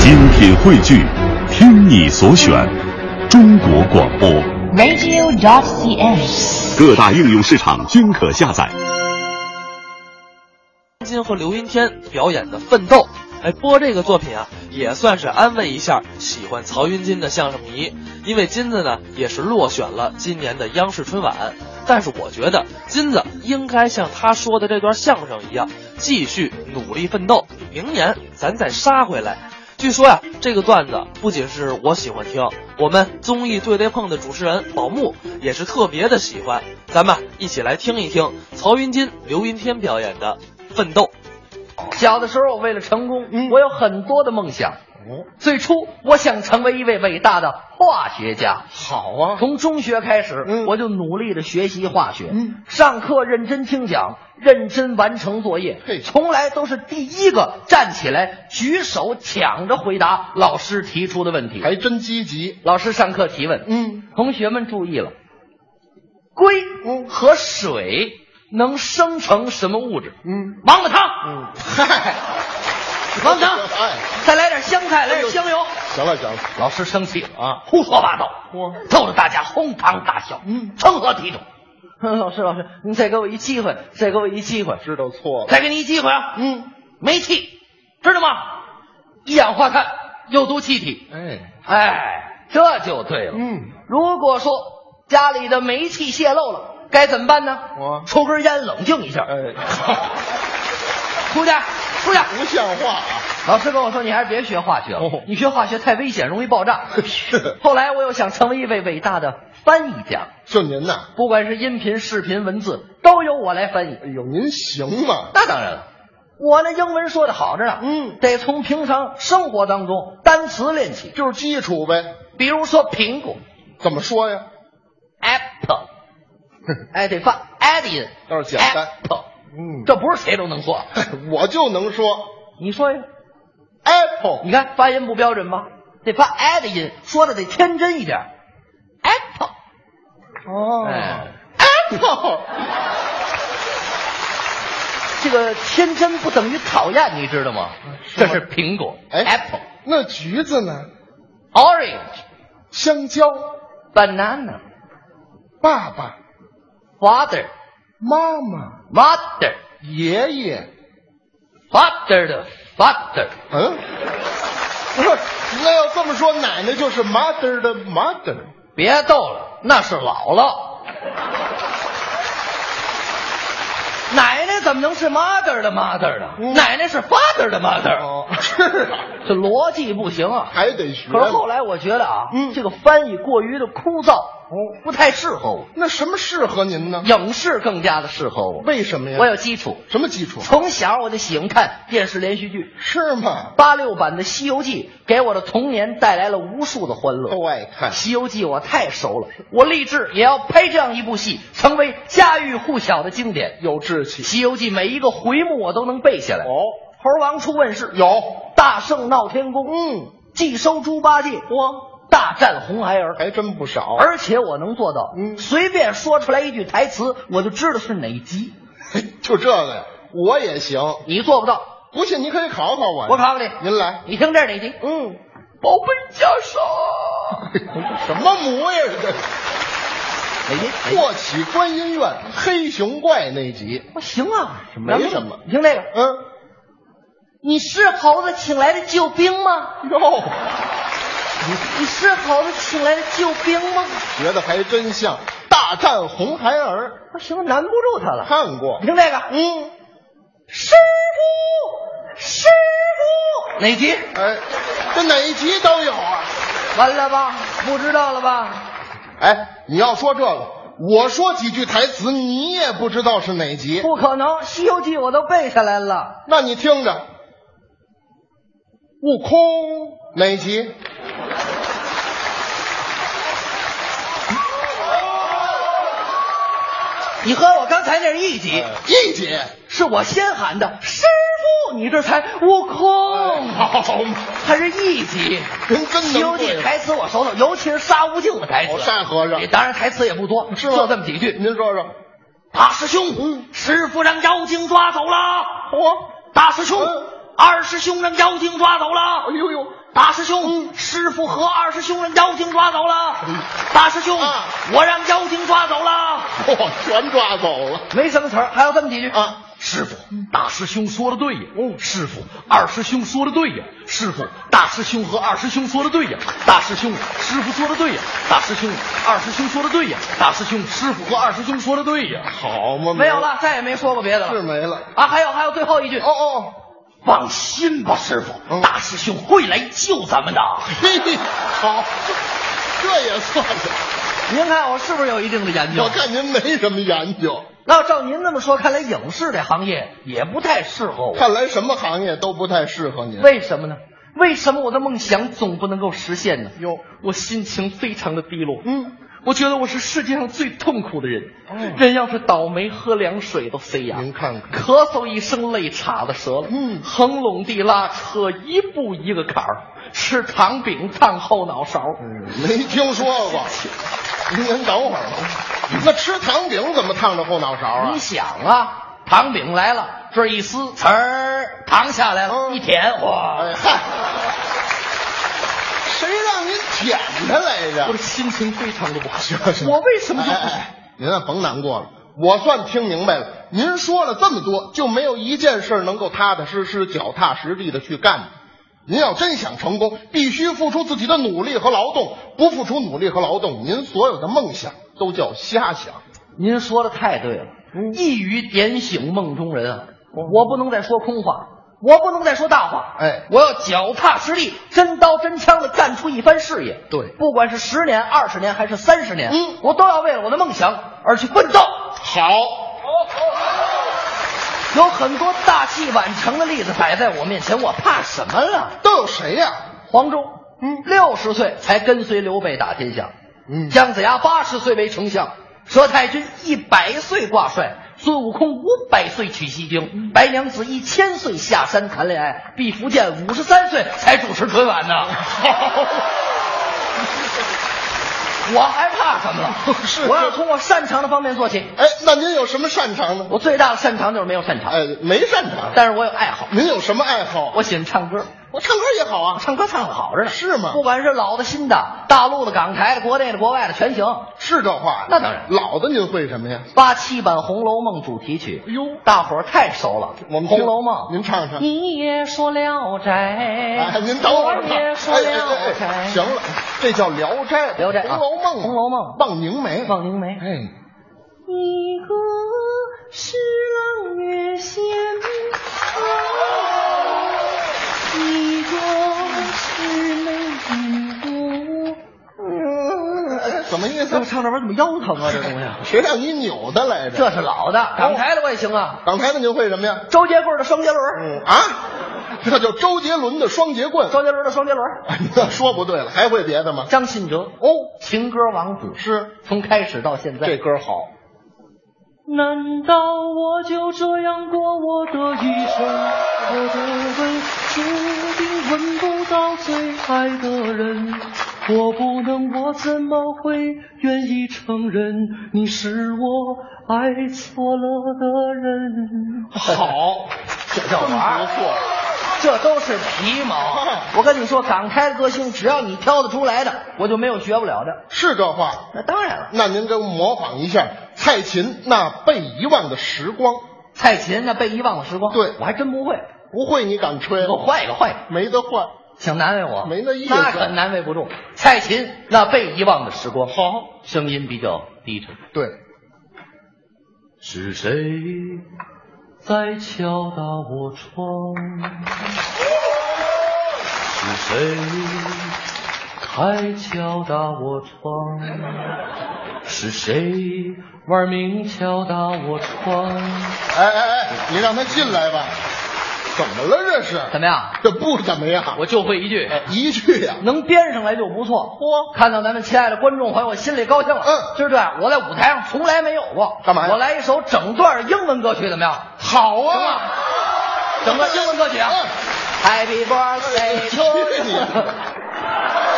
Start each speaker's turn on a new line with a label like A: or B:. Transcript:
A: 精品汇聚，听你所选，中国广播。
B: radio.cn。
A: 各大应用市场均可下载。
C: 张金和刘云天表演的《奋斗》。哎，播这个作品啊，也算是安慰一下喜欢曹云金的相声迷，因为金子呢也是落选了今年的央视春晚。但是我觉得金子应该像他说的这段相声一样，继续努力奋斗，明年咱再杀回来。据说呀、这个段子不仅是我喜欢听，我们综艺对对碰的主持人宝木也是特别的喜欢。咱们啊一起来听一听曹云金、刘云天表演的《奋斗》。
D: 小的时候，我为了成功，
C: 嗯
D: 我有很多的梦想。
E: 哦
D: 最初，我想成为一位伟大的化学家。
E: 好啊，
D: 从中学开始，
E: 嗯
D: 我就努力的学习化学，
E: 嗯
D: 上课认真听讲，认真完成作业，
E: 嘿
D: 从来都是第一个站起来举手抢着回答老师提出的问题。
E: 还真积极。
D: 老师上课提问，
E: 嗯，
D: 同学们注意了，硅和水能生成什么物质？
E: 嗯，
D: 王八汤。
E: 嗯，嗨，
D: 王汤，
E: 哎，
D: 再来点香菜，来点香油。
E: 行了行了，
D: 老师生气了
E: 啊
D: 胡说八道
E: 嚯，
D: 逗得大家哄堂大笑，
E: 嗯
D: 成何体统？ 老师，老师，你再给我一机会，再给我一机会，
E: 知道错了。
D: 再给你一机会啊！嗯，煤气，知道吗？一氧化碳有毒气体。
E: 哎，
D: 哎，这就对了。
E: 嗯，
D: 如果说家里的煤气泄漏了，该怎么办呢？
E: 我
D: 抽根烟冷静一下。
E: 哎，
D: 出去，出去。
E: 不像话啊！
D: 老师跟我说：“你还是别学化学了，
E: 哦
D: 你学化学太危险，容易爆炸。
E: 是”
D: 后来我又想成为一位伟大的翻译家，
E: 就您呐，
D: 不管是音频、视频、文字，都由我来翻译
E: 哎。呦，您行吗？
D: 那当然了，我那英文说的好着呢，
E: 嗯
D: 得从平常生活当中单词练起，
E: 就是基础呗。
D: 比如说苹果
E: 怎么说呀？
D: （apple），哎，得发 a d d i
E: 倒是简单
D: apple，
E: 嗯
D: 这不是谁都能说。
E: 我就能说
D: 你说呀，
E: apple
D: 你看发音不标准吧？得发 a d d 音，说的得天真一点。apple，
E: 哦
D: 哎。
E: apple
D: 这个天真不等于讨厌，你知道吗？
E: 是
D: 这
E: 吗
D: 是苹果、
E: 哎
D: apple、
E: 那橘子呢？
D: orange、
E: 香蕉，
D: banana、
E: 爸爸
D: father、
E: 妈妈
D: mother、
E: 爷爷，
D: father 的 father。
E: 嗯，不是，那要这么说，奶奶就是 mother 的 mother。
D: 别逗了，那是姥姥。奶奶怎么能是 mother 的 mother 呢？
E: 嗯
D: 奶奶是 father 的 mother，、
E: 哦，是啊。
D: 这逻辑不行啊。
E: 还得学。
D: 可是后，来我觉得啊，
E: 嗯
D: 这个翻译过于的枯燥，哦，不太适合我。
E: 那什么适合您呢？
D: 影视更加的适合我。
E: 为什么呀？
D: 我有基础，
E: 什么基础？
D: 从小我就喜欢看电视连续剧，
E: 是吗？
D: 八六版的《西游记》给我的童年带来了无数的欢乐。
E: 都爱看。
D: 西游记》我太熟了，我立志也要拍这样一部戏，成为家喻户晓的经典。
E: 有
D: 《
E: 志气。
D: 西游记》每一个回目我都能背下来。
E: 哦，
D: 猴王出问世，
E: 有。
D: 大圣闹天宫，
E: 嗯，
D: 既收猪八戒，哇，大战红孩儿。
E: 还真不少。
D: 而且我能做到，
E: 嗯
D: 随便说出来一句台词，我就知道是哪集。
E: 哎就这个呀，我也行。
D: 你做不到，
E: 不信你可以考考我呀。
D: 我考考你
E: 您来。
D: 你听这是哪集？
E: 嗯，
D: 宝贝袈 裟，
E: 什么模样儿？这
D: 哎，
E: 霍启观音院黑熊怪那集。
D: 我行啊，
E: 没
D: 然后
E: 什么
D: 你听这个，
E: 嗯，
D: 你是猴子请来的救兵吗？
E: 哟，
D: 你是猴子请来的救兵吗？
E: 学的还真像。大战红孩儿，
D: 我行，难不住他了。
E: 看过
D: 你。听这个，
E: 嗯，
D: 师傅，师傅，哪集？
E: 哎，这哪一集都有啊。
D: 完了吧？不知道了吧？
E: 哎，你要说这个，我说几句台词，你也不知道是哪集。
D: 不可能，《西游记》我都背下来了。
E: 那你听着，悟空哪集？
D: 你和我刚才那是一集。
E: 一集。
D: 是我先喊的，嗯师傅，你这才悟空，
E: 好嘛，
D: 还是一级。
E: 人真能
D: 西游记》
E: 对付
D: 台词我熟透，尤其是沙悟净的台词。
E: 哦沙和尚
D: 也当然台词也不多，
E: 是吗
D: 就哎这么几句。
E: 您说说，
D: 大师兄，师傅让妖精抓走了。
E: 嚯，
D: 哦大师兄，
E: 嗯
D: 二师兄让妖精抓走了。
E: 哎呦呦，
B: 大师
D: 嗯
B: 兄，师傅和二师兄让妖精抓走了。
D: 哎
B: 大师
D: 嗯
B: 兄，
E: 啊
B: 我让妖精抓走了。
E: 嚯，全抓走了
D: 没什么词儿，还有这么几句
E: 啊！
D: 师傅，大师兄说的对呀。师傅，二师兄说的对呀。师傅，大师兄和二师兄说的对呀。大师兄，师傅说的对呀。大师兄，二师兄说的对呀。大师兄，师傅和二师兄说的对呀。
E: 好嘛，
D: 没有，了，再也没说过别的
E: 是
D: 了。
E: 没了。
D: 啊，还有还有最后一句
E: 哦，哦，
B: 放心吧，师傅，
E: 嗯
B: 大师兄会来救咱们的。
E: 嘿嘿，好，这也算是。
D: 您看我是不是有一定的研究啊
E: 我？看您没什么研究，
D: 那照您这么说，看来影视这行业也不太适合我。
E: 看来什么行业都不太适合您。
D: 为什么呢？为什么我的梦想总不能够实现呢？
E: 哟，
D: 我心情非常的低落。
E: 嗯，
D: 我觉得我是世界上最痛苦的人。
E: 哦
D: 人要是倒霉，喝凉水都塞牙。
E: 您看看，
D: 咳嗽一声，泪岔子折了。
E: 嗯
D: 横垄地拉扯，一步一个坎儿。吃糖饼烫后脑勺。
E: 嗯没听说过。您您等会儿吧，那吃糖饼怎么烫着后脑勺啊
D: 你？想啊，糖饼来了，这儿一撕，呲儿，糖下来了，
E: 嗯
D: 一舔，哇
E: 哎！嗨，谁让您舔它来
D: 我
E: 着
D: 的？心情非常的不好
E: 这是。
D: 我为什么就
E: 哎哎哎您啊，甭难过了，我算听明白了。您说了这么多，就没有一件事儿能够踏踏实实、脚踏实地的去干的。您要真想成功，必须付出自己的努力和劳动。不付出努力和劳动，您所有的梦想都叫瞎想。
D: 您说的太对了，
E: 嗯
D: 一语点醒梦中人啊！
E: 哦
D: 我不能再说空话，我不能再说大话，
E: 哎
D: 我要脚踏实地，真刀真枪的干出一番事业。
E: 对
D: 不管是十年、二十年还是三十年，
E: 嗯
D: 我都要为了我的梦想而去奋斗。
E: 好，
D: 有很多大器晚成的例子摆在我面前，我怕什么了？
E: 都有谁呀、
D: 黄忠，嗯，六十岁才跟随刘备打天下，
E: 嗯
D: 姜子牙八十岁为丞相，佘太君一百岁挂帅，孙悟空五百岁取西
E: 嗯
D: 经，白娘子一千岁下山谈恋爱，毕福剑五十三岁才主持春晚呢。 我还怕什么了？
E: 是
D: 我要从我擅长的方面做起。
E: 哎，那您有什么擅长呢？
D: 我最大的擅长就是没有擅长，
E: 哎，没擅长。
D: 但是我有爱好，
E: 您有什么爱好？啊
D: 我喜欢唱歌。
E: 我唱歌也好啊，
D: 唱歌唱的好着呢，
E: 是吗
D: 不管是老的、新的，大陆的、港台的、国内的、国外的，全行。
E: 是这话呀。
D: 那当然
E: 老的您会什么呀？
D: 八七版《红楼梦》主题曲，
E: 哟
D: 大伙儿太熟了。
E: 我们
D: 红
E: 听
D: 楼梦》，
E: 您唱唱
D: 你也说《聊斋》，
E: 哎，您等会儿吧。
D: 我也说《
E: 哎
D: 聊
E: 哎哎
D: 斋
E: 哎，》。行了，这叫《聊斋》
D: 聊斋啊
E: 红楼梦》，
D: 红楼梦
E: 望凝眉，
D: 望凝眉
E: 哎，
F: 一个是朗月仙，一个是美女姑。
E: 什哎么意
D: 这
E: 思
D: 么？唱这玩意儿怎么腰疼啊？这哦东西，
E: 谁让你扭的来着？
D: 这是老的，港台的我也行啊。
E: 港台的您会什么呀？
D: 周杰棍儿的双节轮，
E: 嗯啊， 这叫周杰伦的双节棍。
D: 周杰伦的双节轮，
E: 那说不对了，还会别的吗？
D: 张信哲哦，情歌王子，
E: 是，
D: 从开始到现在，
E: 这歌好。
F: 难道我就这样过我的一生？我的泪注定吻不到最爱的人，我不能，我怎么会愿意承认你是我爱错了的人？
D: 好，这叫玩儿
E: 真不错
D: 这都是皮毛。我跟你说，港台的歌星，只要你挑得出来的，我就没有学不了的。
E: 是这话。
D: 那当然了，
E: 那您给我模仿一下蔡琴那被遗忘的时光，
D: 蔡琴那被遗忘的时光，
E: 对
D: 我还真不会。
E: 不会你敢吹
D: 给我换一个，换一个，
E: 没得换。
D: 想难为我？
E: 没那意思
D: 那可难为不住。蔡琴那被遗忘的时光，好，声音比较低沉。
E: 对，
B: 是谁
F: 在敲打我窗，
B: 是谁？
F: 还敲打我窗，
B: 是谁？
F: 玩命敲打我窗。
E: 哎哎哎，你让他进来吧。怎么了这是？
D: 怎么样？
E: 这不怎么样，
D: 我哎就会一句，
E: 一句呀、
D: 能编上来就不错。
E: 嚯
D: 看到咱们亲爱的观众朋友，我心里高兴了。
E: 嗯
D: 就是这样，我在舞台上从来没有过。
E: 干嘛呀
D: 我来一首整段英文歌曲，怎么样？
E: 好
D: 行吗
E: 啊，？
D: 整个英文歌曲啊
E: 嗯
D: ，Happy Birthday to
E: 去你
D: you。